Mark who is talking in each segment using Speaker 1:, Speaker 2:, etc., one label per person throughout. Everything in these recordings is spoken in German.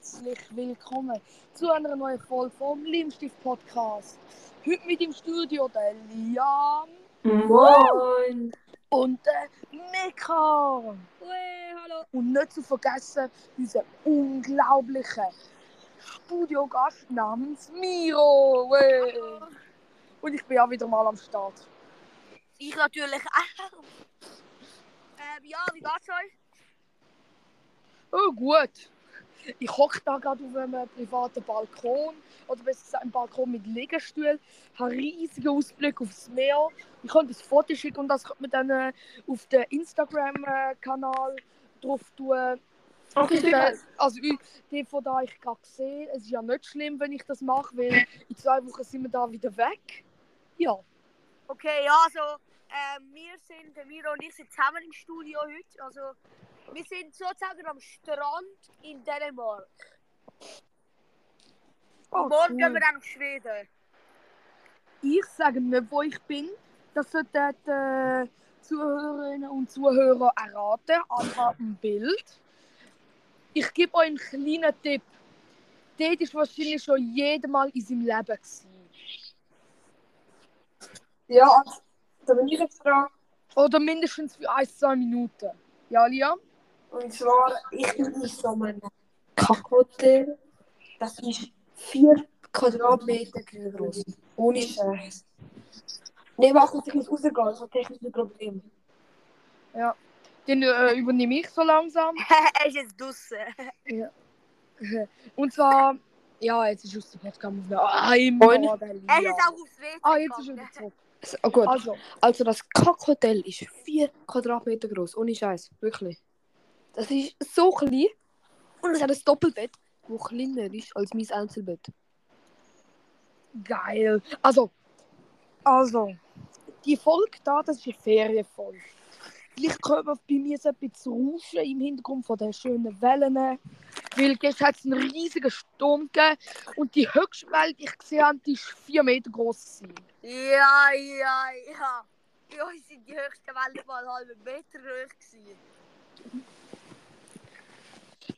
Speaker 1: herzlich willkommen zu einer neuen Folge vom Limstift Podcast. Heute mit im Studio der Liam
Speaker 2: Moin!
Speaker 1: und der Mika.
Speaker 2: Ue, hallo!
Speaker 1: Und nicht zu vergessen unseren unglaublichen Studiogast namens Miro. Hey. Und ich bin auch wieder mal am Start.
Speaker 3: Ich natürlich auch. Ähm, ja, wie geht's euch?
Speaker 1: Oh, gut. Ich hocke da gerade auf einem privaten Balkon, oder besser gesagt, einem Balkon mit Liegestuhl, habe riesigen Ausblick aufs Meer. Ich könnte ein Foto schicken und das könnte man dann äh, auf den äh, Instagram-Kanal drauf tun.
Speaker 2: Okay,
Speaker 1: Äh, Also, ich- die von da ich gerade sehe, es ist ja nicht schlimm, wenn ich das mache, weil in zwei Wochen sind wir da wieder weg. Ja,
Speaker 3: Okay, ja, also ähm, wir sind, der Miro und ich sind zusammen im Studio heute. Also wir sind sozusagen am Strand in Dänemark.
Speaker 1: Oh,
Speaker 3: und Oh, morgen
Speaker 1: cool.
Speaker 3: gehen wir dann auf Schweden.
Speaker 1: ich sage nicht, wo ich bin. Das sollten die Zuhörerinnen und Zuhörer erraten, anhand dem Bild. Ich gebe euch einen kleinen Tipp. Dort ist wahrscheinlich schon jedes Mal in seinem Leben. Gewesen.
Speaker 2: Ja, da bin ich jetzt dran.
Speaker 1: Oder mindestens für ein, zwei Minuten. Ja, Liam?
Speaker 2: Und zwar, ich bin in so einem Kackhotel. Das ist 4 Quadratmeter groß. Ohne Scheiß. Nee, warte, ich muss rausgehen, das ist technisch ein Problem.
Speaker 1: Den äh, übernehme ich so langsam.
Speaker 3: er ist jetzt draußen.
Speaker 1: Und zwar, ja, jetzt ist aus dem Podcast aufgenommen. Ah,
Speaker 4: Moin.
Speaker 1: immer, der
Speaker 3: Er ist
Speaker 1: Liam.
Speaker 3: jetzt auch auf Schweden.
Speaker 1: Ah, jetzt ist er wieder
Speaker 3: gegangen.
Speaker 1: zurück.
Speaker 4: Oh gut.
Speaker 1: Also,
Speaker 4: Also das Kackhotel ist 4 Quadratmeter groß, ohne Scheiß, wirklich. Das ist so klein und es hat ein Doppelbett, wo kleiner ist als mein Einzelbett.
Speaker 1: Geil. Also, also, die Folge da, das ist eine Ferienfolge. Vielleicht können wir bei mir so etwas rauschen im Hintergrund von den schönen Wellen. Weil gestern hat es einen riesigen Sturm gegeben und die höchste Welle, die ich gesehen habe, die ist 4 Meter groß. gewesen.
Speaker 3: Ja, ja, ja. Bei uns sind die höchsten Wellen mal einen halben Meter hoch. Gewesen.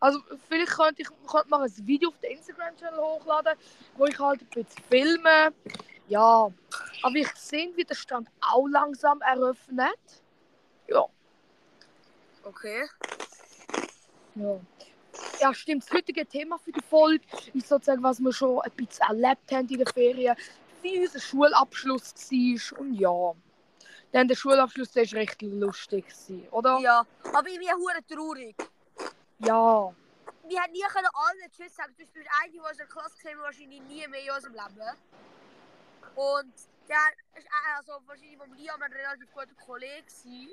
Speaker 1: Also, vielleicht könnte ich könnte mal ein Video auf den Instagram-Channel hochladen, wo ich halt ein bisschen filme. Ja, aber ich sehe, wie der Strand auch langsam eröffnet.
Speaker 3: Okay.
Speaker 1: Ja. ja, stimmt. Das heutige Thema für die Folge ist sozusagen, was wir schon ein bisschen erlebt haben in den Ferien, wie unser Schulabschluss war. Und ja, dann der Schulabschluss der ist recht lustig, gewesen, oder?
Speaker 3: Ja. Aber ich bin hure traurig.
Speaker 1: Ja.
Speaker 3: Wir haben nie können allen Tschüss sagen. Du bist eine, die unsere Klasse gesehen haben, wahrscheinlich nie mehr in unserem Leben. Und der ist auch- also wahrscheinlich mit Liam ein relativ guter Kollege gewesen.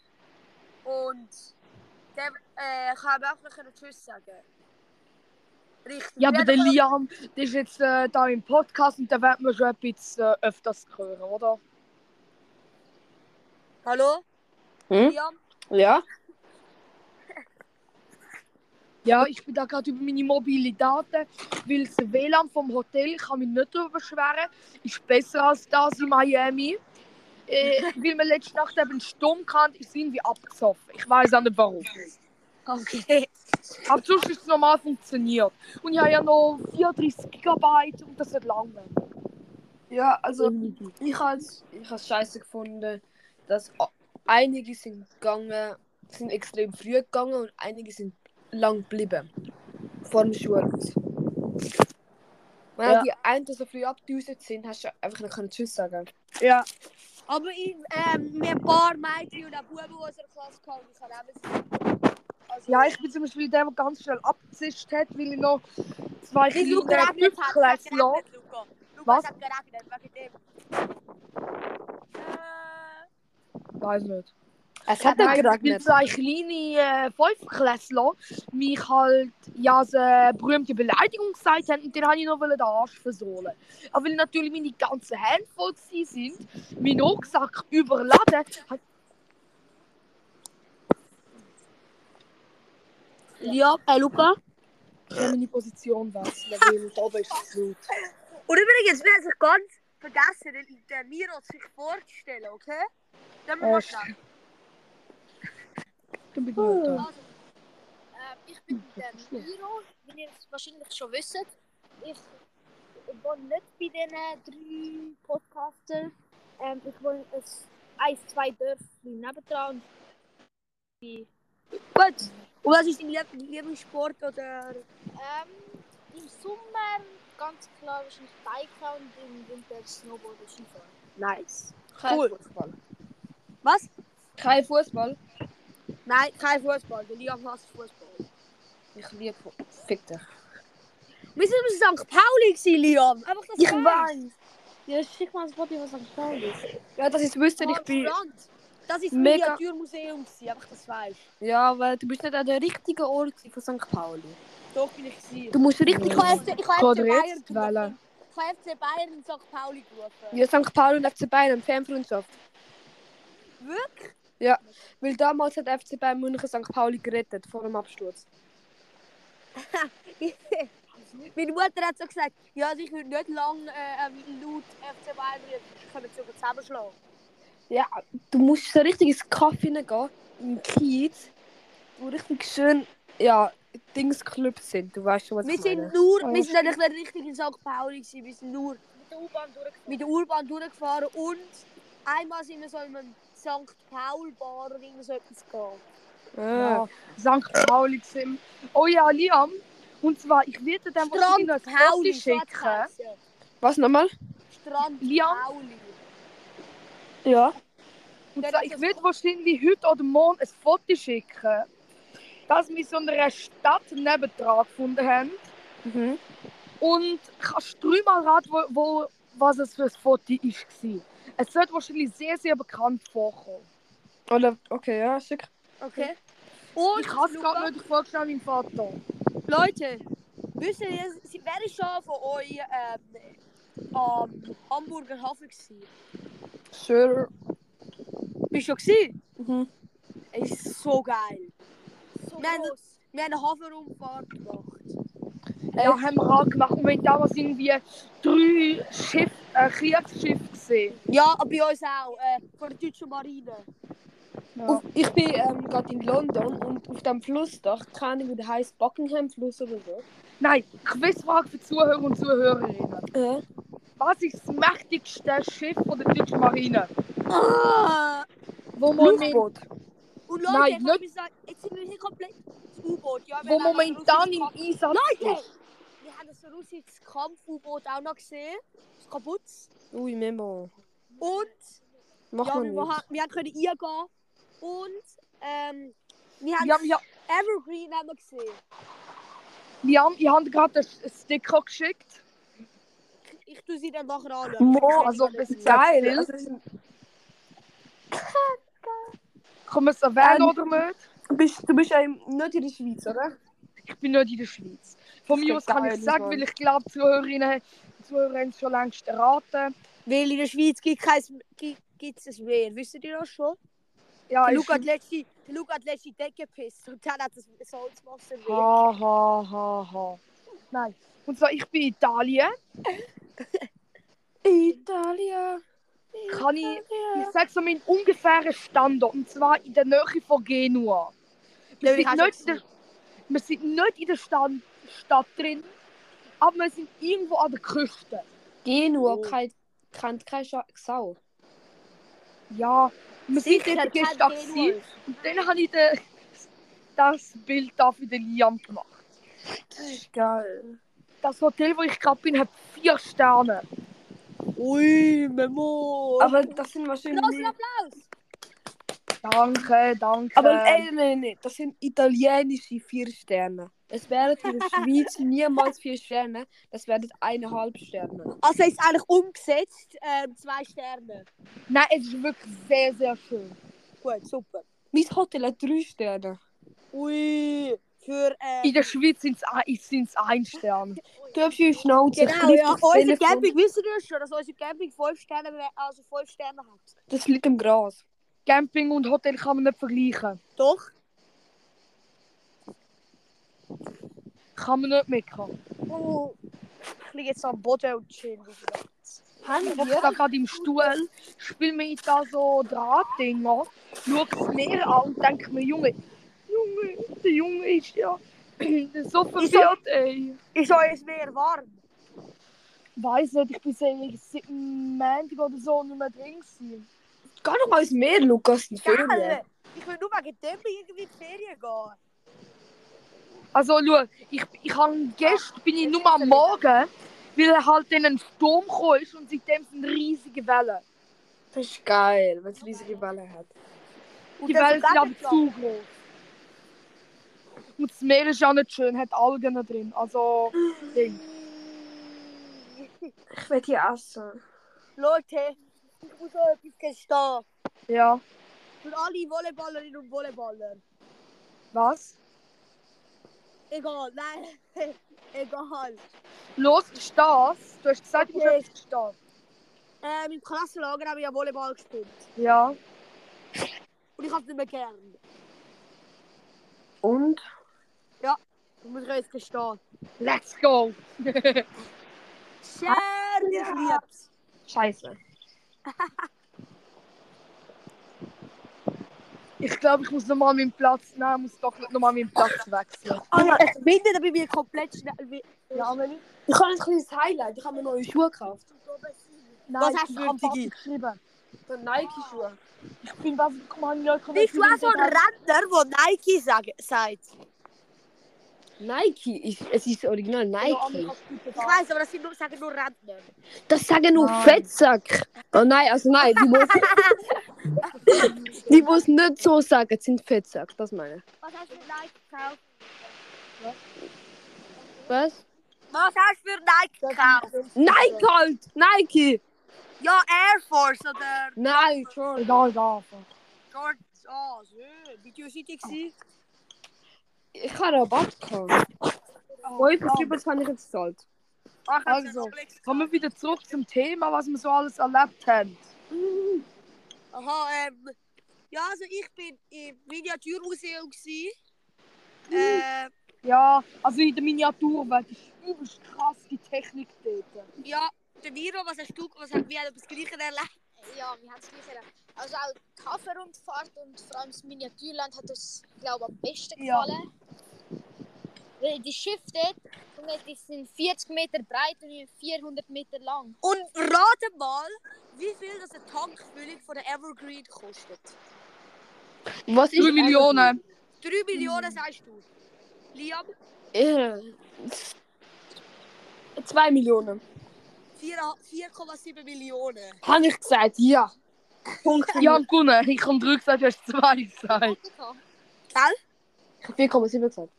Speaker 3: Und dem äh, kann man auch nicht können Tschüss sagen. Richtig.
Speaker 1: Ja,
Speaker 3: Wir
Speaker 1: aber der
Speaker 3: haben-
Speaker 1: Liam, der ist jetzt äh, da im Podcast und da werden wir schon ein bisschen äh, öfters hören, oder?
Speaker 3: Hallo?
Speaker 4: Hm?
Speaker 3: Liam?
Speaker 4: Ja?
Speaker 1: Ja, ich bin da gerade über meine mobile Daten, weil das WLAN vom Hotel, ich kann mich nicht darüber beschweren, ist besser als das in Miami. Äh, weil wir letzte Nacht eben einen Sturm kannte, ist irgendwie abgesoffen. Ich weiß auch nicht warum.
Speaker 3: Okay.
Speaker 1: Aber sonst ist es normal funktioniert. Und ich habe ja noch 34 Gigabyte und das wird lange.
Speaker 4: Ja, also ich habe es ich has scheiße gefunden, dass a- einige sind gegangen, sind extrem früh gegangen und einige sind lang geblieben. Vor dem Schulhaus. Wenn
Speaker 1: Ja.
Speaker 4: die einen die so früh abgedüstet sind, hast du einfach nicht können Tschüss sagen.
Speaker 3: Aber ich, ähm, wir haben ein paar Mädchen und einen Buben, die in unserer Klasse gehabt Ich kann eben also,
Speaker 1: Ja, ich bin zum Beispiel der, der ganz schnell abgezischt hat, weil ich noch zwei
Speaker 3: Wie es
Speaker 1: kleine
Speaker 3: geregnet hat. Es hat
Speaker 1: Fünftklässler habe.
Speaker 3: geregnet, Luca. Luca,
Speaker 1: Was?
Speaker 3: es hat geregnet, wegen dem. Äh,
Speaker 1: Weiß nicht.
Speaker 4: Es
Speaker 1: hat dann geregnet. zwei kleine äh, Fünfklässler mich halt ja so eine berühmte Beleidigung gesagt haben und dann habe ich noch den Arsch versohlen. Aber weil natürlich meine ganzen Hände voll gewesen sind, mein Rucksack überladen, hat
Speaker 3: ja, hey Luca.
Speaker 1: ich meine Position wechseln, weil da oben ist es laut.
Speaker 3: Und übrigens, wir haben sich ganz vergessen, den, den Miro sich vorzustellen, okay? Dann machen wir
Speaker 1: Äh,
Speaker 3: schnell.
Speaker 1: Dann bin ich nicht da.
Speaker 3: Also, ähm, ich ich bin mit dem Miro, wie ihr es wahrscheinlich schon wisst. Ich wohne nicht bei diesen drei Podcastern. Ähm, ich wohne in ein, zwei Dörfchen nebendran. Gut, und was ist dein Lieb Lieblingssport? Oder? Ähm, Im Sommer ganz klar wahrscheinlich Biker und im Winter Snowboard und Skifahren.
Speaker 1: Nice.
Speaker 4: Kein
Speaker 1: Cool.
Speaker 4: Fußball.
Speaker 3: Was?
Speaker 4: Kein Fußball.
Speaker 3: Nein, kein Fußball. Der Liam hasst Fußball.
Speaker 4: Ich liebe Fußball. Fick dich.
Speaker 3: Wir sind in St. Pauli, gewesen, Liam. Einfach das
Speaker 1: Ich
Speaker 3: war's.
Speaker 1: weiß. Ja, schick mal ein Foto, was am Stall ist.
Speaker 4: Ja, dass ich wüsste,
Speaker 3: Oh,
Speaker 4: ich bin.
Speaker 3: Brand. Das ist mega
Speaker 4: Mega-
Speaker 3: Türmuseum, einfach das weiß.
Speaker 4: Ja, weil du bist nicht an der richtigen Ort von St. Pauli.
Speaker 3: Doch bin ich sie.
Speaker 4: Du musst richtig.
Speaker 3: Ich habe FC, ich habe
Speaker 1: Quadrat
Speaker 3: FC Bayern
Speaker 1: wählen.
Speaker 3: gerufen. Ich habe FC Bayern in St. Pauli gerufen.
Speaker 4: Ja, St. Pauli und FC Bayern, Fanfreundschaft.
Speaker 3: Wirklich?
Speaker 4: Ja, weil damals hat FC Bayern München St. Pauli gerettet vor dem Absturz.
Speaker 3: Meine Mutter hat so gesagt, ja, also ich würde nicht lange äh, ähm, laut FC Bayern reden. Ich kann mich sogar zusammenschlagen.
Speaker 4: Ja, du musst so richtig ins Kaff hineingehen, im Kiez, wo richtig schön, ja, Dingsclub sind. Du weißt schon, was
Speaker 3: Wir
Speaker 4: ich
Speaker 3: sind
Speaker 4: meine.
Speaker 3: nur,
Speaker 1: Oh,
Speaker 3: wir sind eigentlich nicht richtig in St. Pauli gewesen. Wir sind nur mit der U-Bahn durchgefahren und einmal sind wir so in einem St. Paul Bar oder irgend so etwas gegangen.
Speaker 4: Äh,
Speaker 1: Ja, St. Pauli gesehen. Oh ja, Liam. Und zwar, ich werde dir einfach
Speaker 3: Strand
Speaker 1: irgendein
Speaker 3: Pauli
Speaker 1: Foto
Speaker 3: so hat's
Speaker 1: schicken.
Speaker 3: geheißen.
Speaker 4: Was nochmal?
Speaker 3: Strand
Speaker 1: Liam?
Speaker 3: Pauli.
Speaker 4: Ja.
Speaker 1: Und zwar, ich werde wahrscheinlich heute oder morgen ein Foto schicken, dass wir so eine Stadt nebendran gefunden haben.
Speaker 4: Mhm.
Speaker 1: Und kannst du dreimal raten, wo, wo, was es für ein Foto war? Es wird wahrscheinlich sehr, sehr bekannt vorkommen.
Speaker 4: Oder, okay, ja, schick.
Speaker 3: Okay. Und
Speaker 1: ich kann es
Speaker 3: Luca-
Speaker 1: gerade nicht vorgestellt, mein Vater.
Speaker 3: Leute, wisst ihr, jetzt- wer ist schon von euch ähm, am Hamburger Hafen gewesen?
Speaker 4: Sure.
Speaker 3: Bist du schon gewesen?
Speaker 4: Mhm.
Speaker 3: Es ist so geil.
Speaker 2: So
Speaker 3: Wir haben, wir haben eine Hafenrundfahrt gemacht.
Speaker 1: Ja, haben wir angemacht. Und wir haben damals irgendwie drei Schiff, äh, Kriegsschiffe gesehen.
Speaker 3: Äh, Ja, bei uns auch. Äh, von der deutschen Marine.
Speaker 1: Ja.
Speaker 4: Auf, ich bin ähm, gerade in London und auf dem Fluss, da keine Ahnung, wie der heißt, Buckingham Fluss oder so.
Speaker 1: Nein, Quizfrage für Zuhörer und Zuhörerinnen.
Speaker 4: Ja.
Speaker 1: Was ist das mächtigste Schiff von der deutschen Marine?
Speaker 3: Ah!
Speaker 1: Wo moment,
Speaker 4: Luftboot.
Speaker 3: Und Leute,
Speaker 1: Nein,
Speaker 3: ich
Speaker 1: nicht-
Speaker 3: kann mir sagen, jetzt sind wir hier komplett das U-Boot. Ja, wir
Speaker 1: wo
Speaker 3: haben auch ein
Speaker 1: momentan
Speaker 3: russisches
Speaker 1: im
Speaker 3: Kampf-
Speaker 1: Einsatz
Speaker 3: Leute!
Speaker 1: ist?
Speaker 3: Wir haben ein russisches Kampf-U-Boot auch noch gesehen. Das kaputt.
Speaker 4: Ui, Memo.
Speaker 3: Und...
Speaker 4: Mach
Speaker 3: ja,
Speaker 4: mal
Speaker 3: wir,
Speaker 4: nicht.
Speaker 3: waren- wir können eingehen. Und ähm, wir haben
Speaker 1: Ja, ja.
Speaker 3: Evergreen haben wir gesehen.
Speaker 1: Liam, ich habe gerade einen Sticker geschickt.
Speaker 3: Ich tue sie dann nachher an.
Speaker 4: Mo,
Speaker 1: also bis
Speaker 4: Geil.
Speaker 1: Geil.
Speaker 4: Also, das ist-
Speaker 1: Kann man es erwähnen
Speaker 4: Ähm.
Speaker 1: oder nicht?
Speaker 4: du bist, du bist ja im- nicht in der Schweiz, oder?
Speaker 1: Ich bin nicht in der Schweiz. Von
Speaker 4: Das
Speaker 1: mir aus
Speaker 4: geht
Speaker 1: kann
Speaker 4: geil,
Speaker 1: ich sagen,
Speaker 4: Mann.
Speaker 1: weil ich glaube, Zuhörerinnen und Zuhörer haben es schon längst erraten.
Speaker 3: Weil in der Schweiz gibt es gibt's ein Meer. Wisst ihr das schon?
Speaker 1: Ja,
Speaker 3: Der
Speaker 1: ist-
Speaker 3: Luca hat letzte, der Luca hat letzte Decke gepisst und dann hat das Salzwasser weg.
Speaker 1: Ha, ha, ha, ha. Nein. Und zwar, ich bin in Italien.
Speaker 4: Italia.
Speaker 1: Kann ich, ich sage so meinen ungefähren Standort. Und zwar in der Nähe von Genua. Wir,
Speaker 3: Ja, wie
Speaker 1: sind,
Speaker 3: hast
Speaker 1: nicht
Speaker 3: du
Speaker 1: in der, wir sind nicht in der Stand, Stadt drin, aber wir sind irgendwo an der Küste.
Speaker 4: Genua
Speaker 3: Oh.
Speaker 4: kein, kennt keine Scha- Sau.
Speaker 1: Ja, wir sind
Speaker 3: Sicher
Speaker 1: dort
Speaker 3: kennt
Speaker 1: gestern
Speaker 3: Genua.
Speaker 1: gewesen. Und dann habe ich den, das Bild da für den Liam gemacht.
Speaker 4: Das ist geil.
Speaker 1: Das Hotel, wo ich gerade bin, hat vier Sterne.
Speaker 3: Ui, Memo!
Speaker 4: Aber das sind wahrscheinlich.
Speaker 3: Großen Applaus!
Speaker 1: Danke, danke.
Speaker 4: aber
Speaker 3: äh,
Speaker 4: ey, nein, nein, das sind italienische vier Sterne. Es wären in der Schweiz niemals vier Sterne, das wären eineinhalb Sterne.
Speaker 3: Also ist eigentlich umgesetzt, ähm, zwei Sterne.
Speaker 1: Nein, es ist wirklich sehr, sehr schön.
Speaker 3: Gut, super.
Speaker 4: Mein Hotel hat drei Sterne.
Speaker 3: Ui, für...
Speaker 1: In
Speaker 3: Ähm,
Speaker 1: der Schweiz sind es ein, sind's ein Stern.
Speaker 4: Du hast die Schnauze. ich
Speaker 3: genau,
Speaker 4: liebe
Speaker 3: ja.
Speaker 4: das
Speaker 3: Unser
Speaker 4: Telefon.
Speaker 3: Camping, wisst ihr das schon, dass unser Camping fünf Sterne, wär- also fünf Sterne hat?
Speaker 4: Das liegt im Gras.
Speaker 1: Camping und Hotel kann man nicht vergleichen.
Speaker 3: Doch.
Speaker 1: Kann man nicht mitkommen.
Speaker 3: Oh. Ich liege jetzt am Boden und chill.
Speaker 1: Ich sitze da gerade im Stuhl, spiele mir da so Drahtdinger, schaue es leer an und denke mir, Junge, Junge, der Junge ist ja so verwirrt,
Speaker 3: verwirrt,
Speaker 1: ey.
Speaker 3: Ist euch mehr warm?
Speaker 1: Weiß nicht, ich bin seit seit dem Montag oder so nicht mehr drin gewesen.
Speaker 4: Geh doch mal ins Meer, Lukas, in die Ferien.
Speaker 3: Geil! Ich will nur wegen dem irgendwie in die Ferien gehen.
Speaker 1: Also, schau, ich, ich habe gestern bin ich nur am Morgen, weil halt dann ein Sturm gekommen ist und seitdem sind riesige Wellen.
Speaker 4: Das ist geil, wenn es riesige Wellen hat.
Speaker 3: Und
Speaker 1: Die
Speaker 3: das
Speaker 1: Wellen
Speaker 3: ist
Speaker 1: sind
Speaker 3: gar
Speaker 1: aber
Speaker 3: nicht
Speaker 1: zu groß. Und das Meer ist ja nicht schön, hat Algen drin. Also, Ding.
Speaker 4: Ich will die essen.
Speaker 3: Leute, ich muss euch etwas gestehen.
Speaker 1: ja.
Speaker 3: Für alle Volleyballerinnen und Volleyballer.
Speaker 1: Was?
Speaker 3: Egal, nein. Egal.
Speaker 1: Los, Stas. Du hast gesagt, ich muss
Speaker 3: Okay.
Speaker 1: etwas gestehen.
Speaker 3: Ähm, Im Klassenlager habe ich ja Volleyball gespielt.
Speaker 1: Ja.
Speaker 3: Und ich habe es nicht mehr gern.
Speaker 4: Und?
Speaker 3: Ich muss euch jetzt gestehen.
Speaker 1: Let's go.
Speaker 4: Ah,
Speaker 3: Sehr, ich lieb's.
Speaker 1: Scheiße. Ich glaube, ich muss nochmal meinen Platz nehmen, muss doch nochmal meinen Platz wechseln.
Speaker 3: Ich bin da bei mir komplett schnell. wie-
Speaker 4: Ah, Ja, Amelie? Ich habe ein kleines Highlight. Ich habe mir neue Schuhe gekauft.
Speaker 1: Nein,
Speaker 3: Was hast
Speaker 1: ich
Speaker 3: du
Speaker 1: bin
Speaker 3: am
Speaker 1: fast
Speaker 3: Digi?
Speaker 1: geschrieben.
Speaker 4: So Nike-Schuhe.
Speaker 1: Ich bin was gekommen, ja, ich
Speaker 3: Bist du auch so ein Rentner, der Nike sage- sagt?
Speaker 4: Nike? Ich, es ist original Nike.
Speaker 3: Ich weiß, aber das sind nur, sagen nur Rentner.
Speaker 4: Das sagen nur
Speaker 1: Nein.
Speaker 4: Fettsack. Oh nein, also nein, die muss. die muss nicht so sagen, sind Fettsack, das meine ich.
Speaker 3: Was hast du für Nike gekauft?
Speaker 4: Was?
Speaker 3: Was hast du für Nike gekauft?
Speaker 4: Nike halt! Nike!
Speaker 3: Ja, Air Force oder
Speaker 4: Nein, schon.
Speaker 1: Egal, egal.
Speaker 3: Jordans. Oh, schön. Wie teuer sind die? gewesen?
Speaker 4: Ich habe Rabatt gehabt.
Speaker 3: Oh,
Speaker 4: 5,70 habe ich jetzt gezahlt.
Speaker 3: Ah, ich hab's
Speaker 1: Also,
Speaker 3: ja noch gelesen.
Speaker 1: Kommen wir wieder zurück zum Thema, was wir so alles erlebt haben.
Speaker 3: Aha, ähm. Ja, also ich bin im Miniaturmuseum. gsi. Äh,
Speaker 1: Ja, also in der Miniaturwelt ist übelst krass die Technik dort.
Speaker 3: ja, der Miro, was hast du, was hat, wir haben das Gleiche erlebt.
Speaker 5: Ja, wir haben es gleich erlebt. Also auch die Haferrundfahrt und vor allem das Miniaturland hat uns, glaube ich, am besten
Speaker 1: Ja.
Speaker 5: gefallen. Weil die Schiffe dort, Junge, die sind 40 Meter breit und 400 Meter lang.
Speaker 3: Und rate mal, wie viel das eine Tankfüllung von der Evergreen kostet.
Speaker 4: Was ist
Speaker 1: 3 Millionen.
Speaker 3: 3 Millionen sagst du. Liam,
Speaker 4: 2 Äh, Millionen.
Speaker 3: 4 4,7 Millionen.
Speaker 4: Habe ich gesagt, ja.
Speaker 1: Punkt. Ja, gewonnen. Ich habe 3 gesagt, du hast 2 gesagt.
Speaker 4: Ich habe 4,7 gesagt.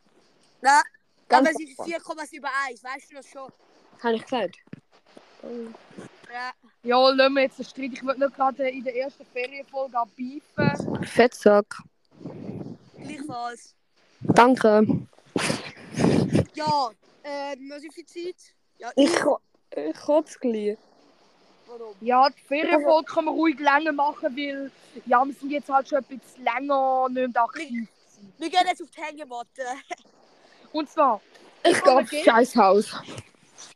Speaker 3: Nein,
Speaker 4: Ganz
Speaker 3: aber es ist
Speaker 4: klar.
Speaker 3: 4,71, weißt du das schon?
Speaker 4: Habe ich gesagt.
Speaker 3: Ja.
Speaker 1: Ja, lassen wir jetzt den Streit. Ich will nicht gerade in der ersten Ferienfolge abbeifen.
Speaker 4: Fettsack.
Speaker 3: Gleichfalls.
Speaker 4: Danke.
Speaker 3: Ja, ähm, was ist für Zeit? Ja,
Speaker 4: Ich, ich kotze gleich.
Speaker 3: warum?
Speaker 1: Ja, die Ferienfolge kann man ruhig länger machen, weil ja, wir sind jetzt halt schon ein bisschen länger nicht mehr aktiv.
Speaker 3: Wir gehen jetzt auf die Hängematte.
Speaker 1: Und zwar,
Speaker 4: Ich gehe aufs Scheißhaus.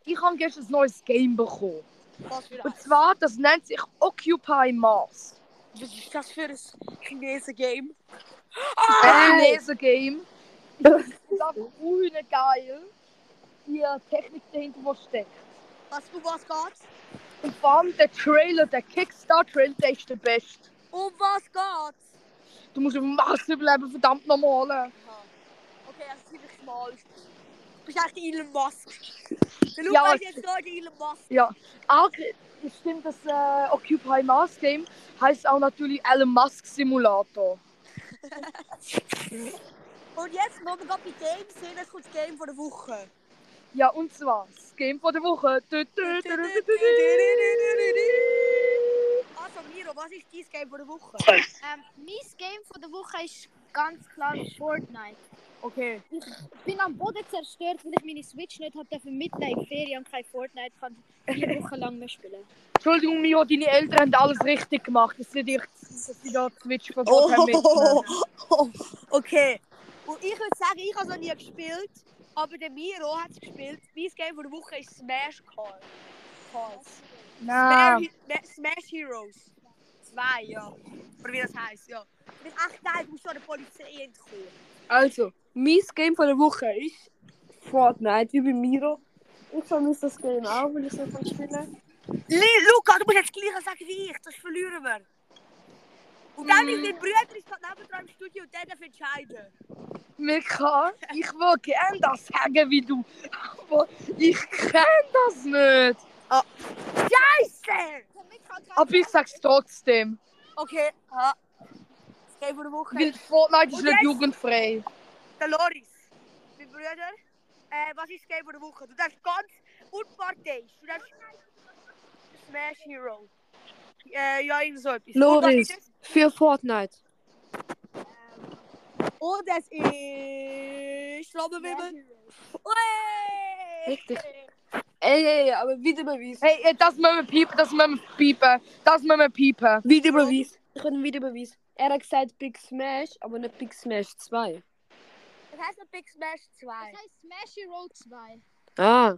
Speaker 1: ich habe gestern ein neues Game bekommen.
Speaker 3: Was für ein...
Speaker 1: Und zwar, das nennt sich Occupy Mars.
Speaker 3: Was ist das für ein Chinesen-Game?
Speaker 1: ein Laser-Game. Das ist einfach unhühne geil, die Technik dahinter, die steckt.
Speaker 3: Was, um was geht's?
Speaker 1: Und vor allem der Trailer, der Kickstarter-Trailer, der ist der beste.
Speaker 3: Um was geht's?
Speaker 1: Du musst auf dem Mars überleben, verdammt normal.
Speaker 3: Aha. Okay, das ist ziemlich schmal. Du bist echt Elon Musk. Der Luca
Speaker 1: Ja,
Speaker 3: ist jetzt gerade Elon Musk.
Speaker 1: Auch es stimmt, das äh, Occupy Mars Game heißt auch natürlich Elon Musk Simulator.
Speaker 3: Und jetzt, wo wir gerade bei Game sind, jetzt kommt das Game von der Woche.
Speaker 1: Ja, und zwar das Game von der Woche. Du, du, du, du, du, du, du.
Speaker 3: Also Miro, was ist dein Game von der Woche?
Speaker 5: Ähm, mein Game von der Woche ist ganz klar Fortnite.
Speaker 1: Okay,
Speaker 5: Ich bin am Boden zerstört, weil ich meine Switch nicht hatte dürfen mitnehmen in die Ferien und kein Fortnite kann vier Wochen lang mehr spielen.
Speaker 1: Entschuldigung, Mio, deine Eltern haben alles richtig gemacht. Das sind dich, dass sie da die Switch verbot haben mitgenommen.
Speaker 3: Oh. okay. Und ich würde sagen, ich habe es noch nie gespielt, aber der Miro hat es gespielt. Mein Game von der Woche ist Smash Call. Calls.
Speaker 1: Nein.
Speaker 3: Smash, Ne- Smash Heroes. Zwei, ja. Oder wie das heisst, ja. Und ich, ach nein, du musst an der Polizei entkommen.
Speaker 4: Also, mein Game von der Woche ist Fortnite, wie bei Miro. Ich vermisse das Game dus auch, weil ich so viel spiele.
Speaker 3: Le- Luca, du musst jetzt gleicher sagen wie ich, das verlieren wir. Und dann ist dein Bruder ist gerade neben dran im nou Studio und der darf entscheiden.
Speaker 1: Mika, ich will gerne das sagen wie du, aber ich kann das nicht.
Speaker 3: Scheisse!
Speaker 1: Aber ich sag's trotzdem,
Speaker 3: Okay, ha. Das Game von der Woche.
Speaker 1: weil Fortnite ist
Speaker 3: Und
Speaker 1: nicht
Speaker 3: jetzt-
Speaker 1: jugendfrei.
Speaker 3: Der Loris, mein Bruder. Äh, was ist das Game von der Woche? Du darfst ganz unparteiisch. Du darfst Smash Hero. Äh, ja, irgend so etwas.
Speaker 4: Loris. Für Fortnite.
Speaker 3: Und das ist... Und das ist... Schlaubenwimmel.
Speaker 4: Richtig. Ey, ey, ey, aber wieder beweisen.
Speaker 1: Hey, hey, das müssen wir piepen, das müssen wir piepen, das müssen wir piepen.
Speaker 4: Wieder beweisen. Ich habe wieder beweisen. Er hat gesagt Big Smash, Oh, aber nicht Big Smash 2.
Speaker 3: Das heißt noch Big Smash 2.
Speaker 5: Das heißt Smash Hero 2.
Speaker 4: Ah.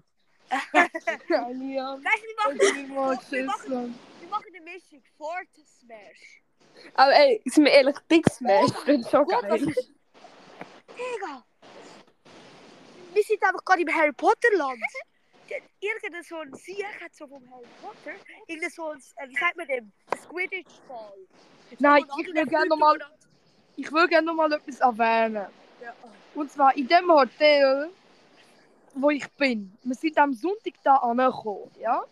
Speaker 1: Allian,
Speaker 3: Weißt du, wir machen, wir machen, wir machen eine Mischung. Fort Smash.
Speaker 4: Aber ey, sind wir ehrlich, Big Smash ist schon
Speaker 3: Gut, was
Speaker 4: geil.
Speaker 3: ist. Digga! Wir sind einfach gerade im Harry Potter-Land. Irgendein so ein Sieg hat so vom Harry Potter. Irgendein so ein, äh, wie sagt man dem? Squidditch-Ball. Nou,
Speaker 1: Nein, ich will gerne nochmal ich will gerne noch mal etwas erwähnen.
Speaker 3: Ja.
Speaker 1: Und zwar in dem Hotel, wo ich bin. Wir sind am Sonntag da angekommen, ja?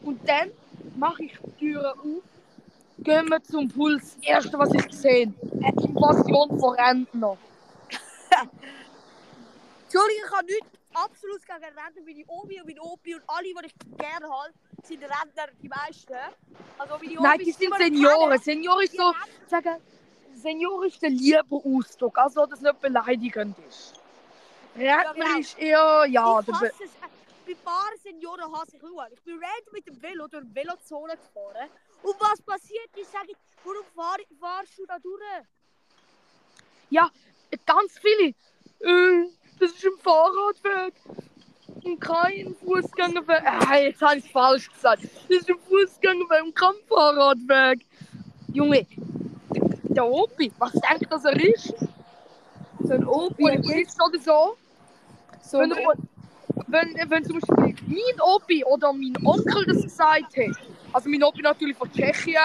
Speaker 1: Und dann mache ich die Türe auf, gehen wir zum Puls. Das erste, was ich sehe, eine Invasion von Rentner.
Speaker 3: Entschuldigung, ich kann nichts absolut gegen Rentner. Meine Omi und mein Opi und alle, die ich gerne habe, sind Rentner, die meisten. Also meine Omi
Speaker 1: Nein, die sind Senioren. Senioren ist so,
Speaker 3: Genau.
Speaker 1: sagen, Senioren ist der liebe Ausdruck, also dass es nicht beleidigend ist. Rentner
Speaker 3: genau.
Speaker 1: ist eher, ja,
Speaker 3: ich
Speaker 1: der Be
Speaker 3: hasse es. Bei paar Senioren hasse ich auch. Ich bin random mit dem Velo durch die Velozone gefahren. Und was passiert ist, sage ich, warum fahr, fahrst du da durch?
Speaker 1: ganz viele. Äh, das ist im Fahrradweg. Und kein Fußgängerweg. Äh, jetzt habe ich es falsch gesagt. Das ist im Fußgängerweg und kein Fahrradweg. Junge, der- der Opi, was denkt dass er ist?
Speaker 4: So ein
Speaker 1: Polizist oder so?
Speaker 4: So
Speaker 1: Wenn,
Speaker 4: ein
Speaker 1: er, wenn, wenn zum Beispiel mein Opi oder mein Onkel das gesagt hat, also mein Opi natürlich von Tschechien,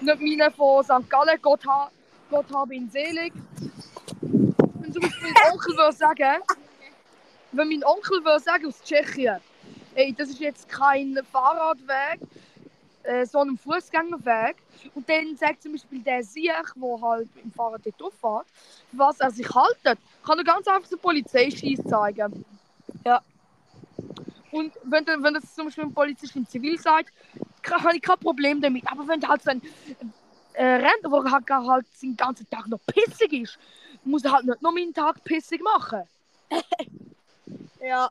Speaker 1: nicht meiner von St. Gallen, Gott, ha, Gott habe ihn selig. Wenn zum Beispiel mein Onkel würde sagen, wenn mein Onkel würde sagen aus Tschechien, ey, das ist jetzt kein Fahrradweg, äh, sondern ein Fußgängerweg. Und dann sagt zum Beispiel der Sieg, der halt im Fahrrad dort fährt, was er sich haltet, kann er ganz einfach zur Polizei schießen zeigen.
Speaker 4: Ja.
Speaker 1: Und wenn, der- wenn das zum Beispiel ein Polizist im Zivil sagt, ka- habe ich kein Problem damit. Aber wenn der halt so ein äh, Rentner, der halt, gar halt den ganzen Tag noch pissig ist, muss er halt nicht noch meinen Tag pissig machen.
Speaker 3: Ja.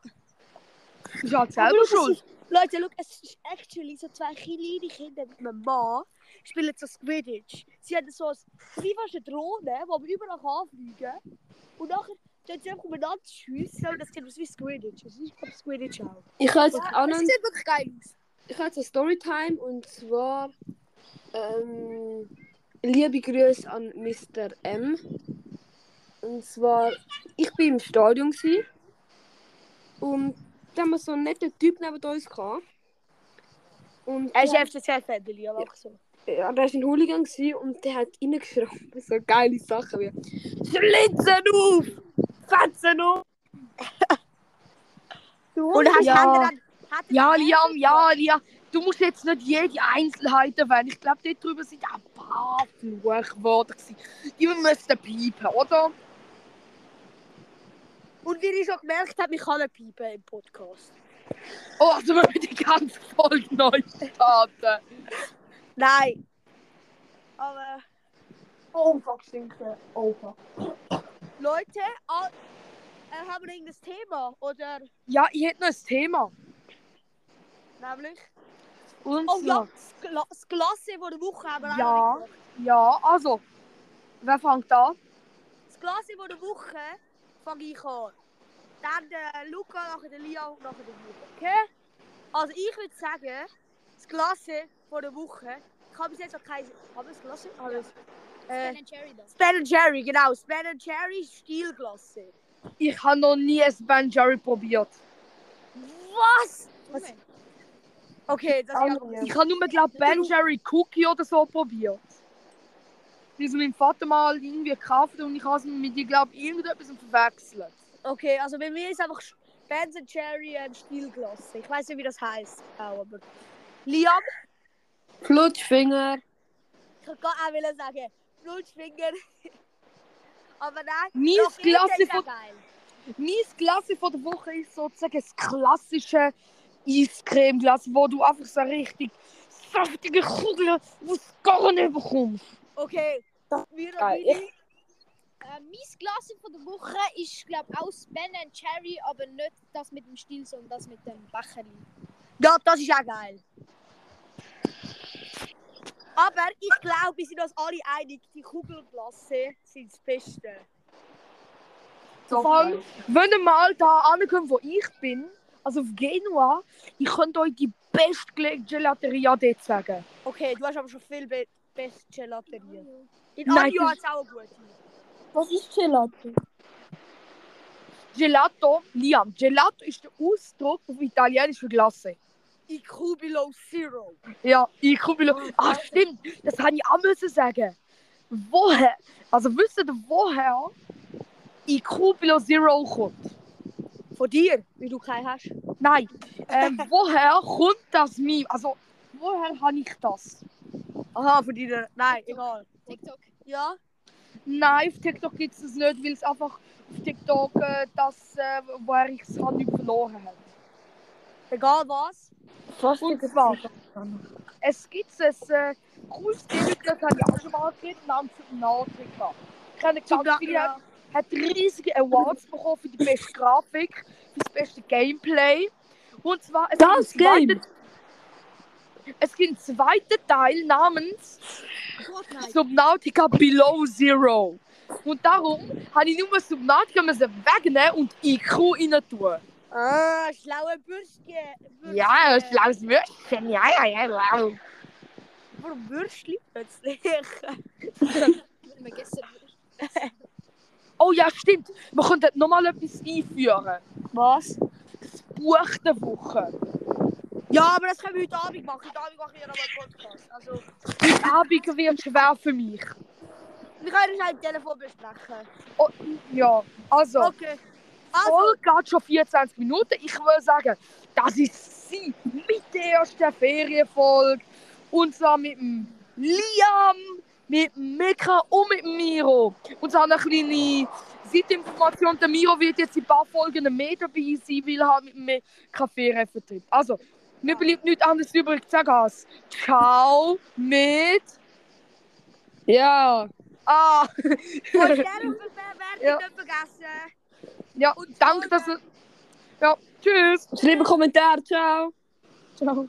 Speaker 1: Ist halt selber schuld.
Speaker 3: Leute, look, es ist actually so zwei kleine Kinder mit meinem Mann spielen so Squidditch. Sie haben so ein, wie fast eine Drohne, die wir überall anfliegen. Und nachher tun sie einfach umeinander schiessen und das sieht aus wie Squidditch. Es ist glaube Squidditch auch.
Speaker 4: Ich habe jetzt auch noch
Speaker 3: Das
Speaker 4: einen
Speaker 3: sieht wirklich geil aus.
Speaker 4: Ich habe jetzt eine Storytime und zwar ähm, liebe Grüße an Mr. M. Und zwar, ich bin im Stadion gsi und da haben wir so einen netten Typ neben uns gehabt. Und
Speaker 3: Er ist
Speaker 4: der- äh,
Speaker 3: FCC-Fan, aber auch so.
Speaker 4: ja, der war ein Hooligan gsi und der hat reingeschrieben, so geile Sachen wie Schlitzen auf! Fetzen auf!
Speaker 3: Und hast
Speaker 1: Ja.
Speaker 3: Hände dann. Hat
Speaker 1: Ja, Liam, ja, Liam. Du musst jetzt nicht jede Einzelheit erwähnen. Ich glaube, dort drüber sind auch ein paar Fluchwörter. gewesen. Die wir müssten piepen, oder?
Speaker 3: Und wie ihr schon gemerkt habt, ich kann nicht piepen im Podcast.
Speaker 1: Oh, also wir müssen die ganze Folge neu starten.
Speaker 3: Nein. Aber
Speaker 1: Oh, fuck, stinkt der. Oh, fuck.
Speaker 3: Leute, all, äh, haben wir irgendein Thema? Oder
Speaker 1: Ja, ich hätte noch ein Thema.
Speaker 3: nämlich.
Speaker 1: Und
Speaker 3: Oh ja,
Speaker 1: zwar-
Speaker 3: das Gla- das Glasse von der Woche haben wir auch
Speaker 1: Ja.
Speaker 3: noch nicht gemacht.
Speaker 1: ja, also. Wer fängt an?
Speaker 3: Das Glasse von der Woche fange ich an. Dann der eh, Luca, nachher der Lia und nachher der Luca. Okay? Also ich würde sagen, das Glasse von der Woche. Ich habe bis jetzt noch keins. Haben wir das Glasse? Alles. Äh,
Speaker 5: Ben Jerry das.
Speaker 3: Span Jerry, genau. Span Jerry Stielglasse.
Speaker 1: Ich habe noch nie ein Ben Jerry probiert.
Speaker 5: Was?
Speaker 3: Was- Okay, das ist
Speaker 2: Auch
Speaker 1: Ich habe nur, glaube Ben Jerry Cookie oder so probiert. Weil es mein Vater mal irgendwie gekauft hat und ich habe es mit, ich glaube, irgendetwas verwechselt.
Speaker 3: Okay, also bei mir ist einfach Sch- Ben Jerry ein Stielglasse. Ich weiß nicht, wie das heißt. Auch, aber. Liam,
Speaker 4: Flutschfinger.
Speaker 3: ich kann auch wollen sagen, Blutschwinger. aber nein.
Speaker 1: Mein
Speaker 3: doch, Elite
Speaker 1: Klasse
Speaker 3: ist ja
Speaker 1: von,
Speaker 3: geil.
Speaker 1: mein Klasse von der Woche ist sozusagen das klassische Eiscreme-Glas, wo du einfach so richtig saftige Kugeln aus gar nicht bekommst.
Speaker 3: Okay. Wir
Speaker 2: geil.
Speaker 3: Mini,
Speaker 5: Äh, mein Glas von der Woche ist, glaube ich, auch das Ben Jerry, aber nicht das mit dem Stiel, sondern das mit dem Becherli.
Speaker 3: ja, das ist auch geil. Aber ich glaube, wir sind uns alle einig, die Kugelglasse sind das Beste.
Speaker 1: Voll. Wenn ihr mal da ankommt, wo ich bin, also auf Genua, ich könnte euch die bestgelegene Gelateria dort sagen.
Speaker 3: Okay, du hast aber schon viel be beste Gelaterie. In
Speaker 1: Nein,
Speaker 3: Anio
Speaker 1: das-
Speaker 3: hat es auch eine gute.
Speaker 2: Was ist Gelato?
Speaker 1: Gelato, Liam. Gelato ist der Ausdruck auf Italienisch für Glasse.
Speaker 3: IQ below zero.
Speaker 1: Ja, ich komme wieder. Ah, stimmt, das kann ich auch müssen sagen. Woher? Also wisst ihr, woher IQ below Zero kommt?
Speaker 3: Von dir, wie du keinen hast.
Speaker 1: Nein. Ähm, woher kommt das Meme? Also, woher habe ich das?
Speaker 3: Aha, von dir. Nein, egal.
Speaker 5: TikTok.
Speaker 3: Ja?
Speaker 1: Nein, auf TikTok gibt es das nicht, weil es einfach auf TikTok äh, das, äh, woher ich es habe, nicht verloren habe.
Speaker 3: Egal was.
Speaker 2: Fast
Speaker 1: Und zwar, es gibt ein äh, cooles Gimmick, das habe ich auch schon mal gesehen, namens Nautica. Ich kenne ganz viele,
Speaker 3: Ja.
Speaker 1: hat riesige Awards bekommen für die beste Grafik, für das beste Gameplay. Und zwar, es
Speaker 4: Das
Speaker 1: gibt einen zweiten- Es gibt einen zweiten Teil namens
Speaker 5: Fortnite.
Speaker 1: Subnautica Below Zero. Und darum habe ich nur Subnautica müssen wegnehmen und IQ rein tun.
Speaker 3: Ah, schlaue Bürstchen. Bürstchen.
Speaker 1: Ja, ein schlaues Würstchen. Ja, ja, ja, wow.
Speaker 3: Warum Bürstchen plötzlich?
Speaker 5: Haben wir gestern.
Speaker 1: Oh ja, stimmt. Wir könnten nochmal etwas einführen.
Speaker 3: Was?
Speaker 1: Buch der Woche.
Speaker 3: Ja, aber das können wir heute Abend machen. Heute Abend machen wir nochmal einen Podcast. Also,
Speaker 1: Heute Abend wird schwer für mich.
Speaker 3: wir können es auch im Telefon besprechen.
Speaker 1: Oh, ja, also,
Speaker 3: Okay.
Speaker 1: die
Speaker 3: Also,
Speaker 1: Folge geht schon 24 Minuten. Ich würde sagen, das ist sie mit der ersten Ferienfolge. Und zwar mit dem Liam, mit dem Mika und mit dem Miro. Und so eine kleine Seitinformation. Der Miro wird jetzt in ein paar Folgen mehr dabei sein, weil er halt mit dem Mika Ferien vertritt. Also, mir bleibt nichts anderes übrig zu sagen als Ciao mit...
Speaker 4: Ja.
Speaker 1: Ah,
Speaker 3: von dieser Bewertung
Speaker 1: Ja.
Speaker 3: nicht vergessen.
Speaker 1: ja, danke, dass... ihr- Ja, tschüss.
Speaker 4: Schreib einen Kommentar. Ciao.
Speaker 1: Ciao.